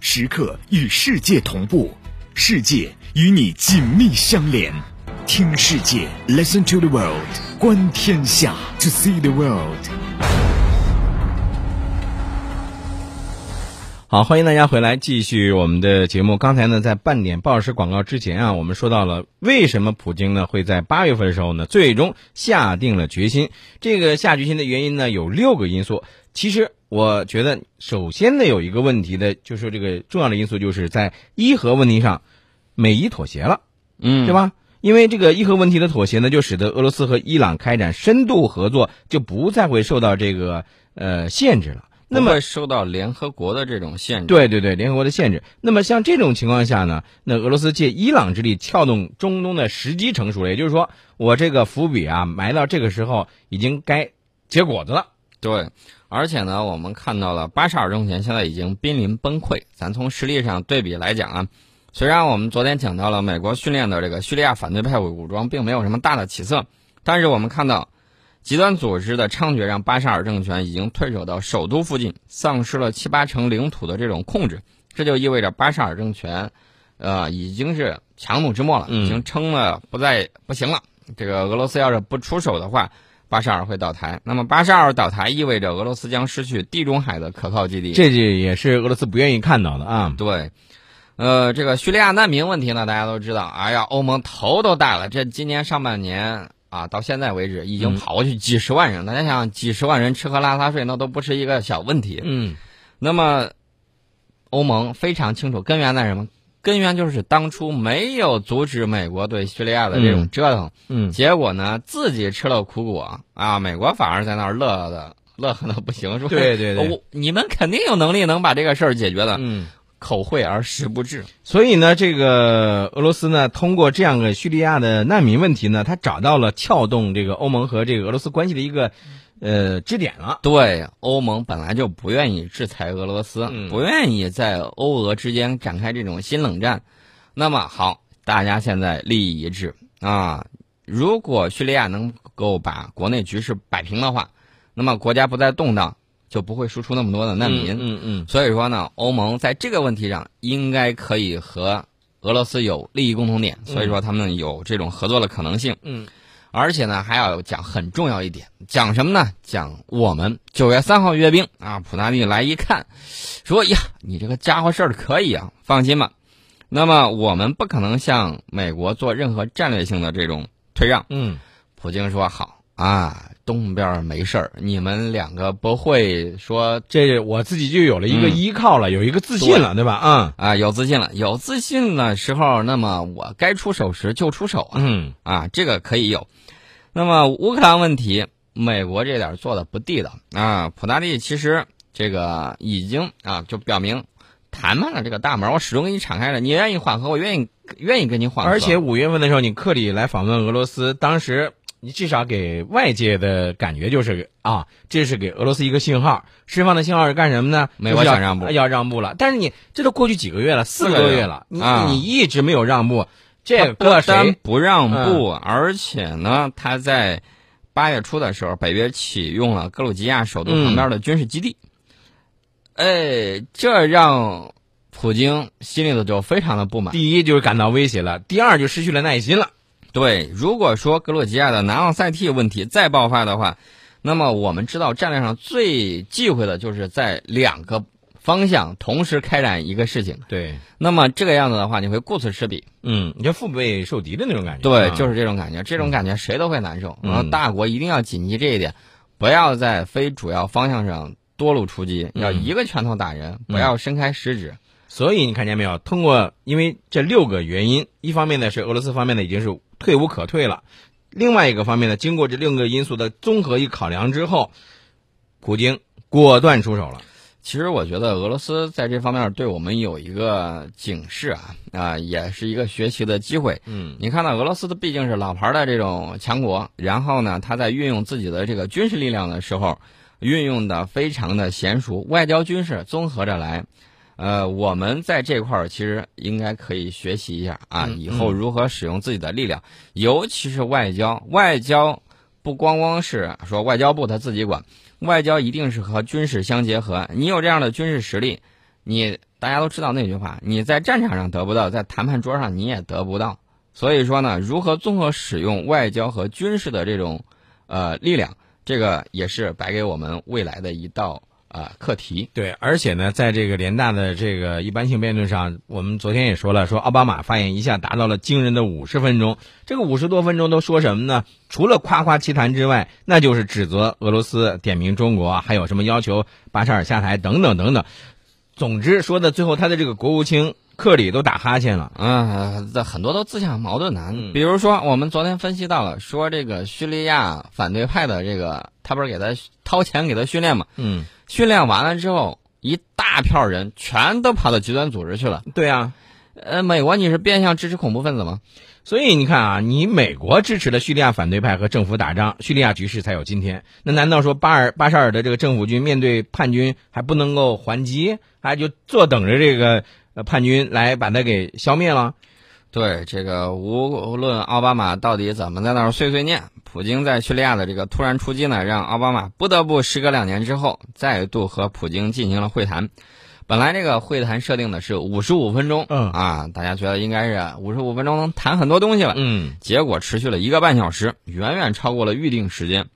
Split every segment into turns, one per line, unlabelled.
时刻与世界同步，世界与你紧密相连。听世界，Listen to the world，观天下，To see the world。
好，欢迎大家回来，继续我们的节目。刚才呢，在半点报时广告之前啊，我们说到了为什么普京呢会在八月份的时候呢，最终下定了决心。这个下决心的原因呢，有六个因素。其实我觉得，首先呢，有一个问题的，就是这个重要的因素，就是在伊核问题上，美伊妥协了，
嗯
对？吧？因为这个伊核问题的妥协呢，就使得俄罗斯和伊朗开展深度合作，就不再会受到这个呃限制了。那
那
么
么受到联合国的这种限制，
对对对，联合国的限制。那么像这种情况下呢，那俄罗斯借伊朗之力撬动中东的时机成熟了，也就是说，我这个伏笔啊埋到这个时候已经该结果子了。
对，而且呢，我们看到了巴沙尔政权现在已经濒临崩溃。咱从实力上对比来讲啊，虽然我们昨天讲到了美国训练的这个叙利亚反对派武装并没有什么大的起色，但是我们看到极端组织的猖獗让巴沙尔政权已经退守到首都附近，丧失了七八成领土的这种控制。这就意味着巴沙尔政权，呃，已经是强弩之末了，
嗯
已经撑了不再不行了。这个俄罗斯要是不出手的话，巴沙尔会倒台。那么巴沙尔倒台意味着俄罗斯将失去地中海的可靠基地。
这这也是俄罗斯不愿意看到的啊。
对，呃，这个叙利亚难民问题呢，大家都知道，哎呀，欧盟头都大了。这今年上半年啊，到现在为止
嗯
已经跑过去几十万人，大家想想，几十万人吃喝拉撒睡那都不是一个小问题。
嗯，
那么，欧盟非常清楚根源在什么？根源就是当初没有阻止美国对叙利亚的这种
嗯
折腾，
嗯，
结果呢自己吃了苦果啊，美国反而在那儿乐的乐呵的不行，说
对对对
我你们肯定有能力能把这个事儿解决的，
嗯。
口惠而实不至。
所以呢，这个俄罗斯呢，通过这样个叙利亚的难民问题呢，他找到了撬动这个欧盟和这个俄罗斯关系的一个呃支点了。
对，欧盟本来就不愿意制裁俄罗斯，
嗯
不愿意在欧俄之间展开这种新冷战。那么好，大家现在利益一致啊！如果叙利亚能够把国内局势摆平的话，那么国家不再动荡，就不会输出那么多的难民。
嗯嗯
所以说呢，欧盟在这个问题上应该可以和俄罗斯有利益共同点，所以说他们有这种合作的可能性。
嗯
而且呢，还要讲很重要一点，讲什么呢？讲我们九月三号阅兵啊，普大帝来一看，说呀，你这个家伙事儿可以啊，放心吧。那么我们不可能向美国做任何战略性的这种退让。
嗯
普京说好啊，东边没事儿，你们两个不会说
这我自己就有了一个
嗯
依靠了，有一个自信了，对吧？啊、
啊有自信了，有自信的时候，那么我该出手时就出手啊。
嗯
啊，这个可以有。那么乌克兰问题，美国这点儿做的不地道啊。普大帝其实这个已经啊，就表明谈判的这个大门，我始终给你敞开着，你愿意缓和，我愿意愿意跟你缓和。
而且五月份的时候，你克里来访问俄罗斯，当时你至少给外界的感觉就是啊，这是给俄罗斯一个信号，释放的信号是干什么呢？
美国
就是要哎
想让步
要让步了。但是你这都过去几个月了，四个
四
多
个月
月了，你、
啊
你一直没有让步，
他
这
不
个
单
谁？
不让步，而且呢，他在八月初的时候，北约启用了格鲁吉亚首都旁边的军事基地。哎，这让普京心里头就非常的不满。
第一就是感到威胁了，第二就失去了耐心了。
对，如果说格鲁吉亚的南奥塞梯问题再爆发的话，那么我们知道战略上最忌讳的就是在两个方向同时开展一个事情。
对，
那么这个样子的话，你会顾此失彼。
嗯，你就腹背受敌的那种感觉。啊
对，就是是这种感觉，这种感觉谁都会难受。
嗯
然后大国一定要谨记这一点，不要在非主要方向上多路出击，
嗯
要一个拳头打人，不要伸开食指。
所以你看见没有？通过因为这六个原因，一方面呢是俄罗斯方面呢已经是退无可退了，另外一个方面呢，经过这六个因素的综合一考量之后，普京果断出手了。
其实我觉得俄罗斯在这方面对我们有一个警示啊啊、也是一个学习的机会。
嗯
你看到俄罗斯的毕竟是老牌的这种强国，然后呢，他在运用自己的这个军事力量的时候，运用的非常的娴熟，外交军事综合着来。呃，我们在这块儿其实应该可以学习一下啊，
嗯
以后如何使用自己的力量，尤其是外交，外交不光光是说外交部他自己管，外交一定是和军事相结合。你有这样的军事实力，你大家都知道那句话：你在战场上得不到，在谈判桌上你也得不到。所以说呢，如何综合使用外交和军事的这种呃力量，这个也是摆给我们未来的一道啊、呃课题。
对，而且呢，在这个联大的这个一般性辩论上，我们昨天也说了，说奥巴马发言一下达到了惊人的五十分钟。这个五十多分钟都说什么呢？除了夸夸其谈之外，那就是指责俄罗斯、点名中国，啊还有什么要求巴沙尔下台等等等等。总之，说的最后他的这个国务卿克里都打哈欠了。
嗯，这很多都自相矛盾的。
嗯
比如说，我们昨天分析到了，说这个叙利亚反对派的这个，他不是给他掏钱给他训练嘛？
嗯，
训练完了之后，一大票人全都跑到极端组织去了。
对啊，
呃，美国你是变相支持恐怖分子吗？
所以你看啊，你美国支持了叙利亚反对派和政府打仗，叙利亚局势才有今天。那难道说巴尔巴沙尔的这个政府军面对叛军还不能够还击，还就坐等着这个呃叛军来把他给消灭了？
对，这个无论奥巴马到底怎么在那儿碎碎念，普京在叙利亚的这个突然出击呢，让奥巴马不得不时隔两年之后再度和普京进行了会谈。本来这个会谈设定的是五十五分钟，
嗯
啊，大家觉得应该是五十五分钟能谈很多东西了，
嗯，
结果持续了一个半小时，远远超过了预定时间。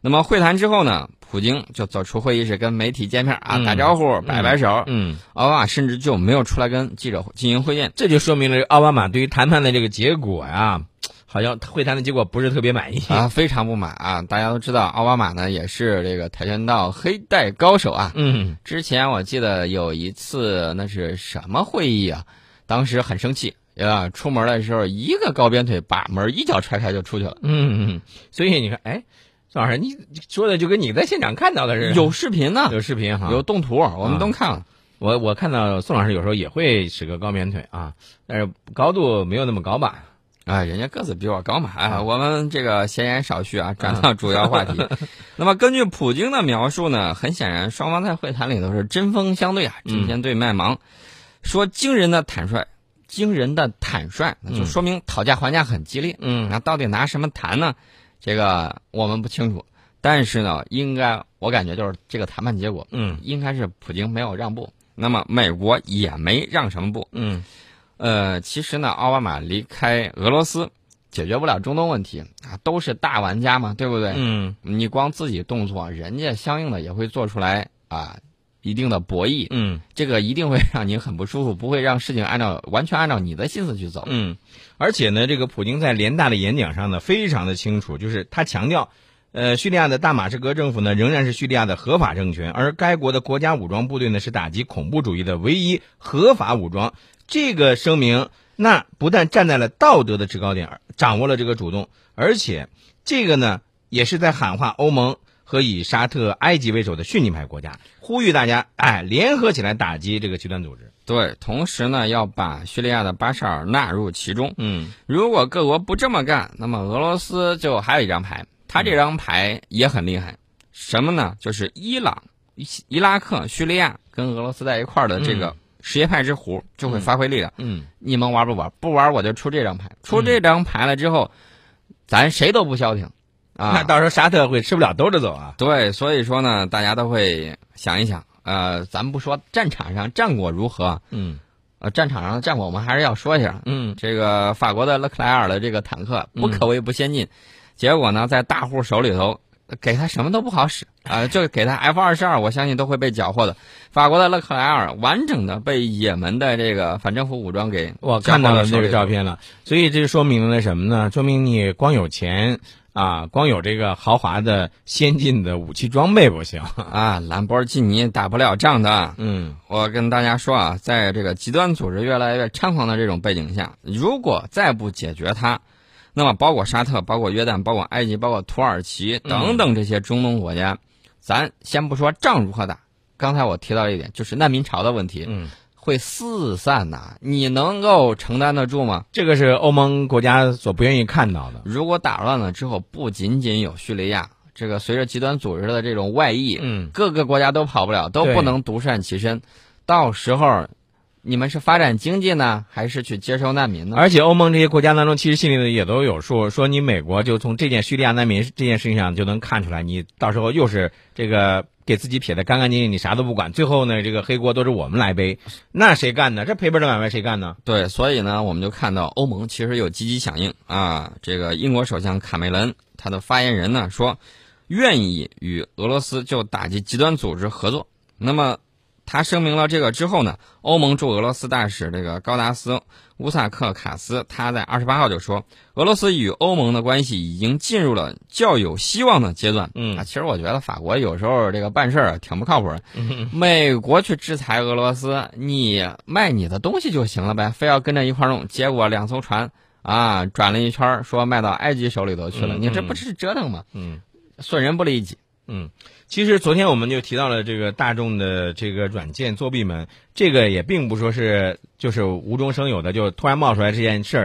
那么会谈之后呢，普京就走出会议室跟媒体见面啊，
嗯
打招呼，摆摆手。
嗯，
奥巴马甚至就没有出来跟记者进行会见。
这就说明了奥巴马对于谈判的这个结果呀、好像会谈的结果不是特别满意。
啊，非常不满啊！大家都知道，奥巴马呢也是这个跆拳道黑带高手啊。
嗯，
之前我记得有一次，那是什么会议啊？当时很生气啊，出门的时候一个高鞭腿把门一脚踹开就出去了。
嗯，嗯，所以你看，哎，宋老师，你说的就跟你在现场看到的似的。
有视频呢，
有视频哈，
有动图，我们都看了。
我我看到宋老师有时候也会使个高棉腿啊，但是高度没有那么高吧？
啊，人家个子比我高嘛！啊，我们这个闲言少叙啊，转到主要话 题。那么根据普京的描述呢，很显然双方在会谈里头是针锋相对啊，针尖对麦芒，说惊人的坦率，惊人的坦率，那就
嗯
说明讨价还价很激烈。
嗯，
那到底拿什么谈呢？这个我们不清楚，但是呢，应该我感觉就是这个谈判结果，
嗯，
应该是普京没有让步，那么美国也没让什么步。
嗯，
呃，其实呢，奥巴马离开俄罗斯，解决不了中东问题啊，都是大玩家嘛，对不对？
嗯
你光自己动作，人家相应的也会做出来啊一定的博弈，
嗯
这个一定会让您很不舒服，不会让事情按照完全按照你的心思去走。
嗯，而且呢，这个普京在联大的演讲上呢，非常的清楚，就是他强调，呃，叙利亚的大马士革政府呢，仍然是叙利亚的合法政权，而该国的国家武装部队呢，是打击恐怖主义的唯一合法武装。这个声明，那不但站在了道德的制高点，而掌握了这个主动，而且这个呢，也是在喊话欧盟和以沙特、埃及为首的逊尼派国家，呼吁大家哎联合起来打击这个极端组织。
对，同时呢，要把叙利亚的巴沙尔纳入其中。
嗯
如果各国不这么干，那么俄罗斯就还有一张牌，他这张牌也很厉害，什么呢？就是伊朗、伊伊拉克、叙利亚跟俄罗斯在一块儿的这个什叶派之狐就会发挥力量。
嗯
你们玩不玩？不玩我就出这张牌，出这张牌了之后，咱谁都不消停
那
啊！
到时候沙特会吃不了兜着走啊。
对，所以说呢，大家都会想一想，呃，咱不说战场上战果如何，
嗯
呃，战场上的战果我们还是要说一下，
嗯
这个法国的勒克莱尔的这个坦克不可谓不先进，结果呢，在大户手里头给他什么都不好使啊、就给他 F 二十二，我相信都会被缴获的。法国的勒克莱尔完整的被也门的这个反政府武装给
我
缴获
看到了
手
那
里
个
头
照，片了，所以这说明了什么呢？说明你光有钱啊，光有这个豪华的先进的武器装备不行。
啊，兰博基尼打不了仗的。啊
嗯
我跟大家说啊，在这个极端组织越来越猖狂的这种背景下，如果再不解决它，那么包括沙特、包括约旦、包括埃及、包括土耳其等等这些中东国家，咱先不说仗如何打，刚才我提到了一点，就是难民潮的问题
嗯，
会四散呐、你能够承担得住吗？
这个是欧盟国家所不愿意看到的。
如果打乱了之后，不仅仅有叙利亚，这个随着极端组织的这种外溢，
嗯，
各个国家都跑不了，都
对
不能独善其身。到时候，你们是发展经济呢，还是去接收难民呢？
而且欧盟这些国家当中，其实心里头也都有数，说你美国就从这件叙利亚难民这件事情上就能看出来，你到时候又是这个给自己撇得干干净净，你啥都不管，最后呢，这个黑锅都是我们来背，那谁干呢？这赔本的买卖谁干呢？
对，所以呢，我们就看到欧盟其实有积极响应啊。这个英国首相卡梅伦他的发言人呢说，愿意与俄罗斯就打击极端组织合作。那么他声明了这个之后呢，欧盟驻俄罗斯大使这个高达斯乌萨克卡斯他在二十八号就说，俄罗斯与欧盟的关系已经进入了较有希望的阶段。
嗯
啊，其实我觉得法国有时候这个办事儿啊挺不靠谱的。
嗯
美国去制裁俄罗斯，你卖你的东西就行了呗，非要跟着一块儿弄，结果两艘船啊转了一圈儿，说卖到埃及手里头去了，
嗯
你这不是折腾吗？
嗯。
损人不利己。
其实昨天我们就提到了这个大众的这个软件作弊门，这个也并不说是就是无中生有的，就突然冒出来这件事儿。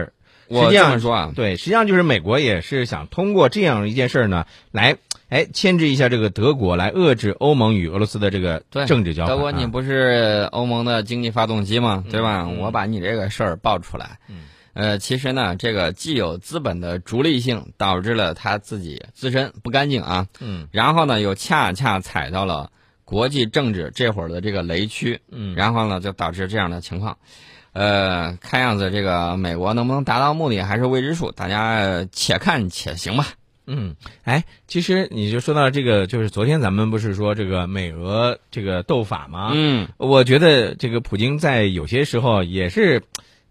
实
我
际
这
上
么说啊，
对，实际上就是美国也是想通过这样一件事儿呢，来哎牵制一下这个德国，来遏制欧盟与俄罗斯的这个
对
政治交换、啊
德国你不是欧盟的经济发动机吗？对吧？
嗯
我把你这个事儿爆出来。
嗯
呃，其实呢，这个既有资本的逐利性，导致了他自己自身不干净啊。
嗯
然后呢，又恰恰踩到了国际政治这会儿的这个雷区，
嗯
然后呢，就导致这样的情况。呃，看样子这个美国能不能达到目的还是未知数，大家呃且看且行吧。
嗯，哎，其实你就说到这个，就是昨天咱们不是说这个美俄这个斗法吗？
嗯，
我觉得这个普京在有些时候也是，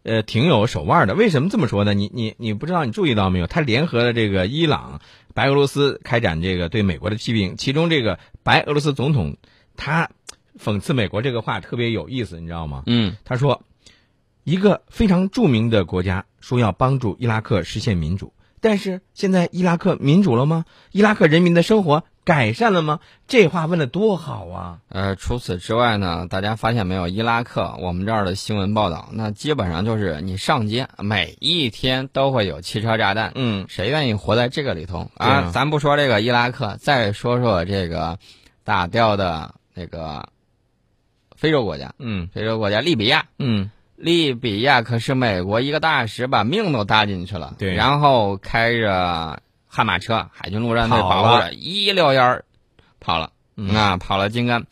呃，挺有手腕的。为什么这么说呢？你你你不知道，你注意到没有？他联合了这个伊朗、白俄罗斯开展这个对美国的批评，其中这个白俄罗斯总统他讽刺美国这个话特别有意思，你知道吗？
嗯，
他说，一个非常著名的国家说要帮助伊拉克实现民主，但是现在伊拉克民主了吗？伊拉克人民的生活改善了吗？这话问的多好啊！
呃，除此之外呢，大家发现没有，伊拉克我们这儿的新闻报道，那基本上就是你上街，每一天都会有汽车炸弹，
嗯。
谁愿意活在这个里头
对啊
啊？咱不说这个伊拉克，再说说这个打掉的那个非洲国家，
嗯
非洲国家利比亚。
嗯
利比亚可是美国一个大使把命都搭进去了，
对
然后开着悍马车，海军陆战队
跑
保护
了
着，一溜烟儿跑了，
嗯
啊，跑了金刚。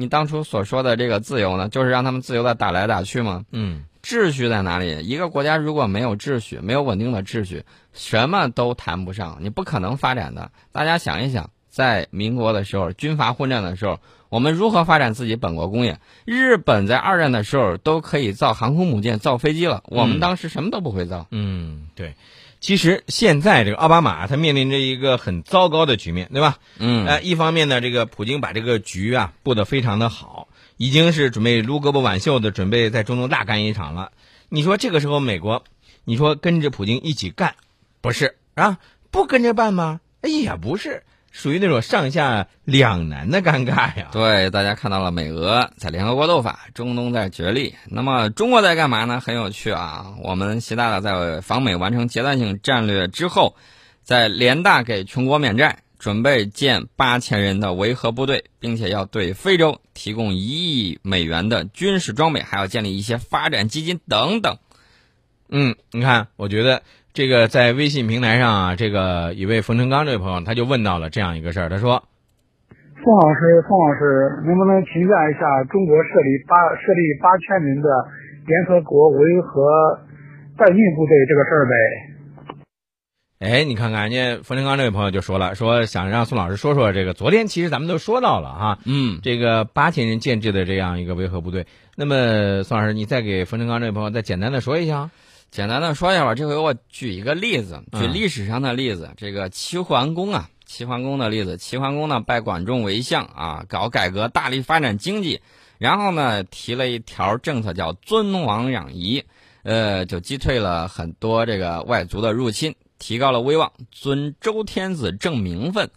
你当初所说的这个自由呢，就是让他们自由的打来打去吗？
嗯
秩序在哪里？一个国家如果没有秩序，没有稳定的秩序，什么都谈不上，你不可能发展的。大家想一想，在民国的时候，军阀混战的时候，我们如何发展自己本国工业？日本在二战的时候都可以造航空母舰、造飞机了，我
嗯
们当时什么都不会造。
嗯，对。其实现在这个奥巴马他面临着一个很糟糕的局面，对吧？
嗯，
呃，一方面呢，这个普京把这个局啊布得非常的好，已经是准备撸胳膊挽袖的，准备在中东大干一场了。你说这个时候美国，你说跟着普京一起干，不是啊？不跟着办吗？哎也不是，属于那种上下两难的尴尬呀。
对，大家看到了美俄在联合国斗法，中东在角力。那么中国在干嘛呢？很有趣啊！我们习大大在访美完成阶段性战略之后，在联大给全国免债，准备建八千人的维和部队，并且要对非洲提供一亿美元的军事装备，还要建立一些发展基金等等。
嗯，你看，我觉得这个在微信平台上啊，这个一位冯成刚这位朋友他就问到了这样一个事儿，他说，
宋老师，宋老师，能不能评价一下中国设立八设立八千名的联合国维和代孕部队这个事儿呗？
哎，你看看人家冯成刚这位朋友就说了，说想让宋老师说说这个，昨天其实咱们都说到了哈，
嗯，
这个八千人建制的这样一个维和部队。那么，宋老师，你再给冯成刚这位朋友再简单的说一下。
简单的说一下吧，这回我举一个例子，举
嗯
历史上的例子，这个齐桓公啊，齐桓公的例子，齐桓公呢拜管仲为相啊，搞改革，大力发展经济，然后呢提了一条政策叫尊王攘夷，呃，就击退了很多这个外族的入侵，提高了威望，尊周天子正名分，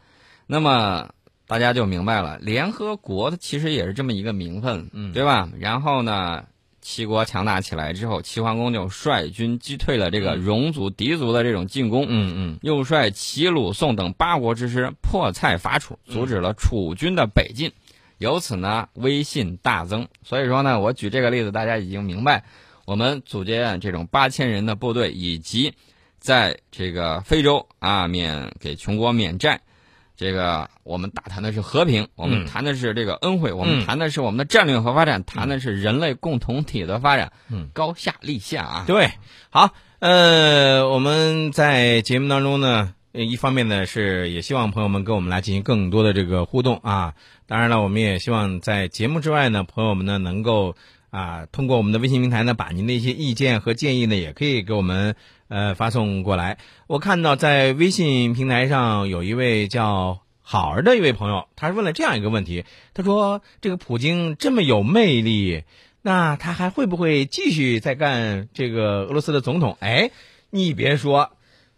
那么。大家就明白了，联合国其实也是这么一个名分，
嗯
对吧？然后呢，齐国强大起来之后，齐桓公就率军击退了这个戎族、狄族的这种进攻，
嗯嗯
又率齐、鲁、宋等八国之师破蔡伐楚，
嗯
阻止了楚军的北进，由此呢威信大增。所以说呢，我举这个例子，大家已经明白，我们组建这种八千人的部队，以及在这个非洲啊免给穷国免债。这个我们大谈的是和平，我们
嗯
谈的是这个恩惠，我
嗯
们谈的是我们的战略和发展，谈的是人类共同体的发展，
嗯，
高下立下啊。
对，好，呃，我们在节目当中呢，呃一方面呢是也希望朋友们跟我们来进行更多的这个互动啊，当然了，我们也希望在节目之外呢，朋友们呢能够啊，通过我们的微信平台呢，把您的一些意见和建议呢，也可以给我们呃发送过来。我看到在微信平台上有一位叫。好儿的一位朋友，他问了这样一个问题，他说：“这个普京这么有魅力，那他还会不会继续再干这个俄罗斯的总统？哎，你别说，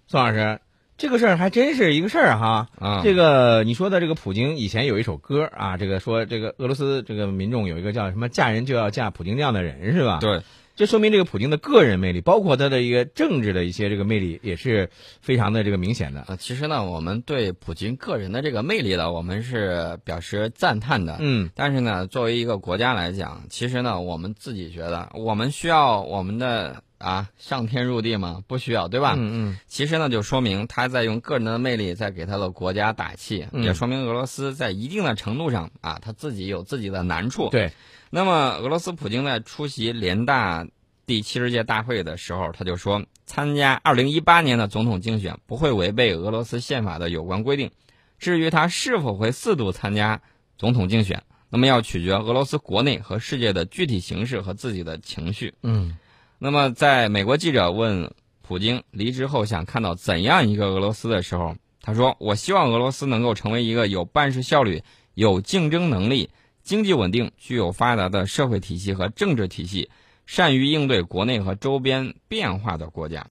宋老师，这个事儿还真是一个事儿哈。
啊
这个你说的这个普京以前有一首歌啊，这个说这个俄罗斯这个民众有一个叫什么“嫁人就要嫁普京这样的人”是吧？，
对，
这说明这个普京的个人魅力，包括他的一个政治的一些这个魅力，也是非常的这个明显的。
呃，其实呢，我们对普京个人的这个魅力呢，我们是表示赞叹的。
嗯
但是呢，作为一个国家来讲，其实呢，我们自己觉得我们需要我们的啊上天入地吗？不需要，对吧？
嗯
其实呢，就说明他在用个人的魅力在给他的国家打气，
嗯
也说明俄罗斯在一定的程度上啊，他自己有自己的难处。
嗯，，对，
那么俄罗斯普京在出席联大第七十届大会的时候，他就说，参加二零一八年的总统竞选不会违背俄罗斯宪法的有关规定。至于他是否会四度参加总统竞选，那么要取决俄罗斯国内和世界的具体形势和自己的情绪。
嗯
那么，在美国记者问普京离职后想看到怎样一个俄罗斯的时候，他说：“我希望俄罗斯能够成为一个有办事效率、有竞争能力、经济稳定、具有发达的社会体系和政治体系，善于应对国内和周边变化的国家。”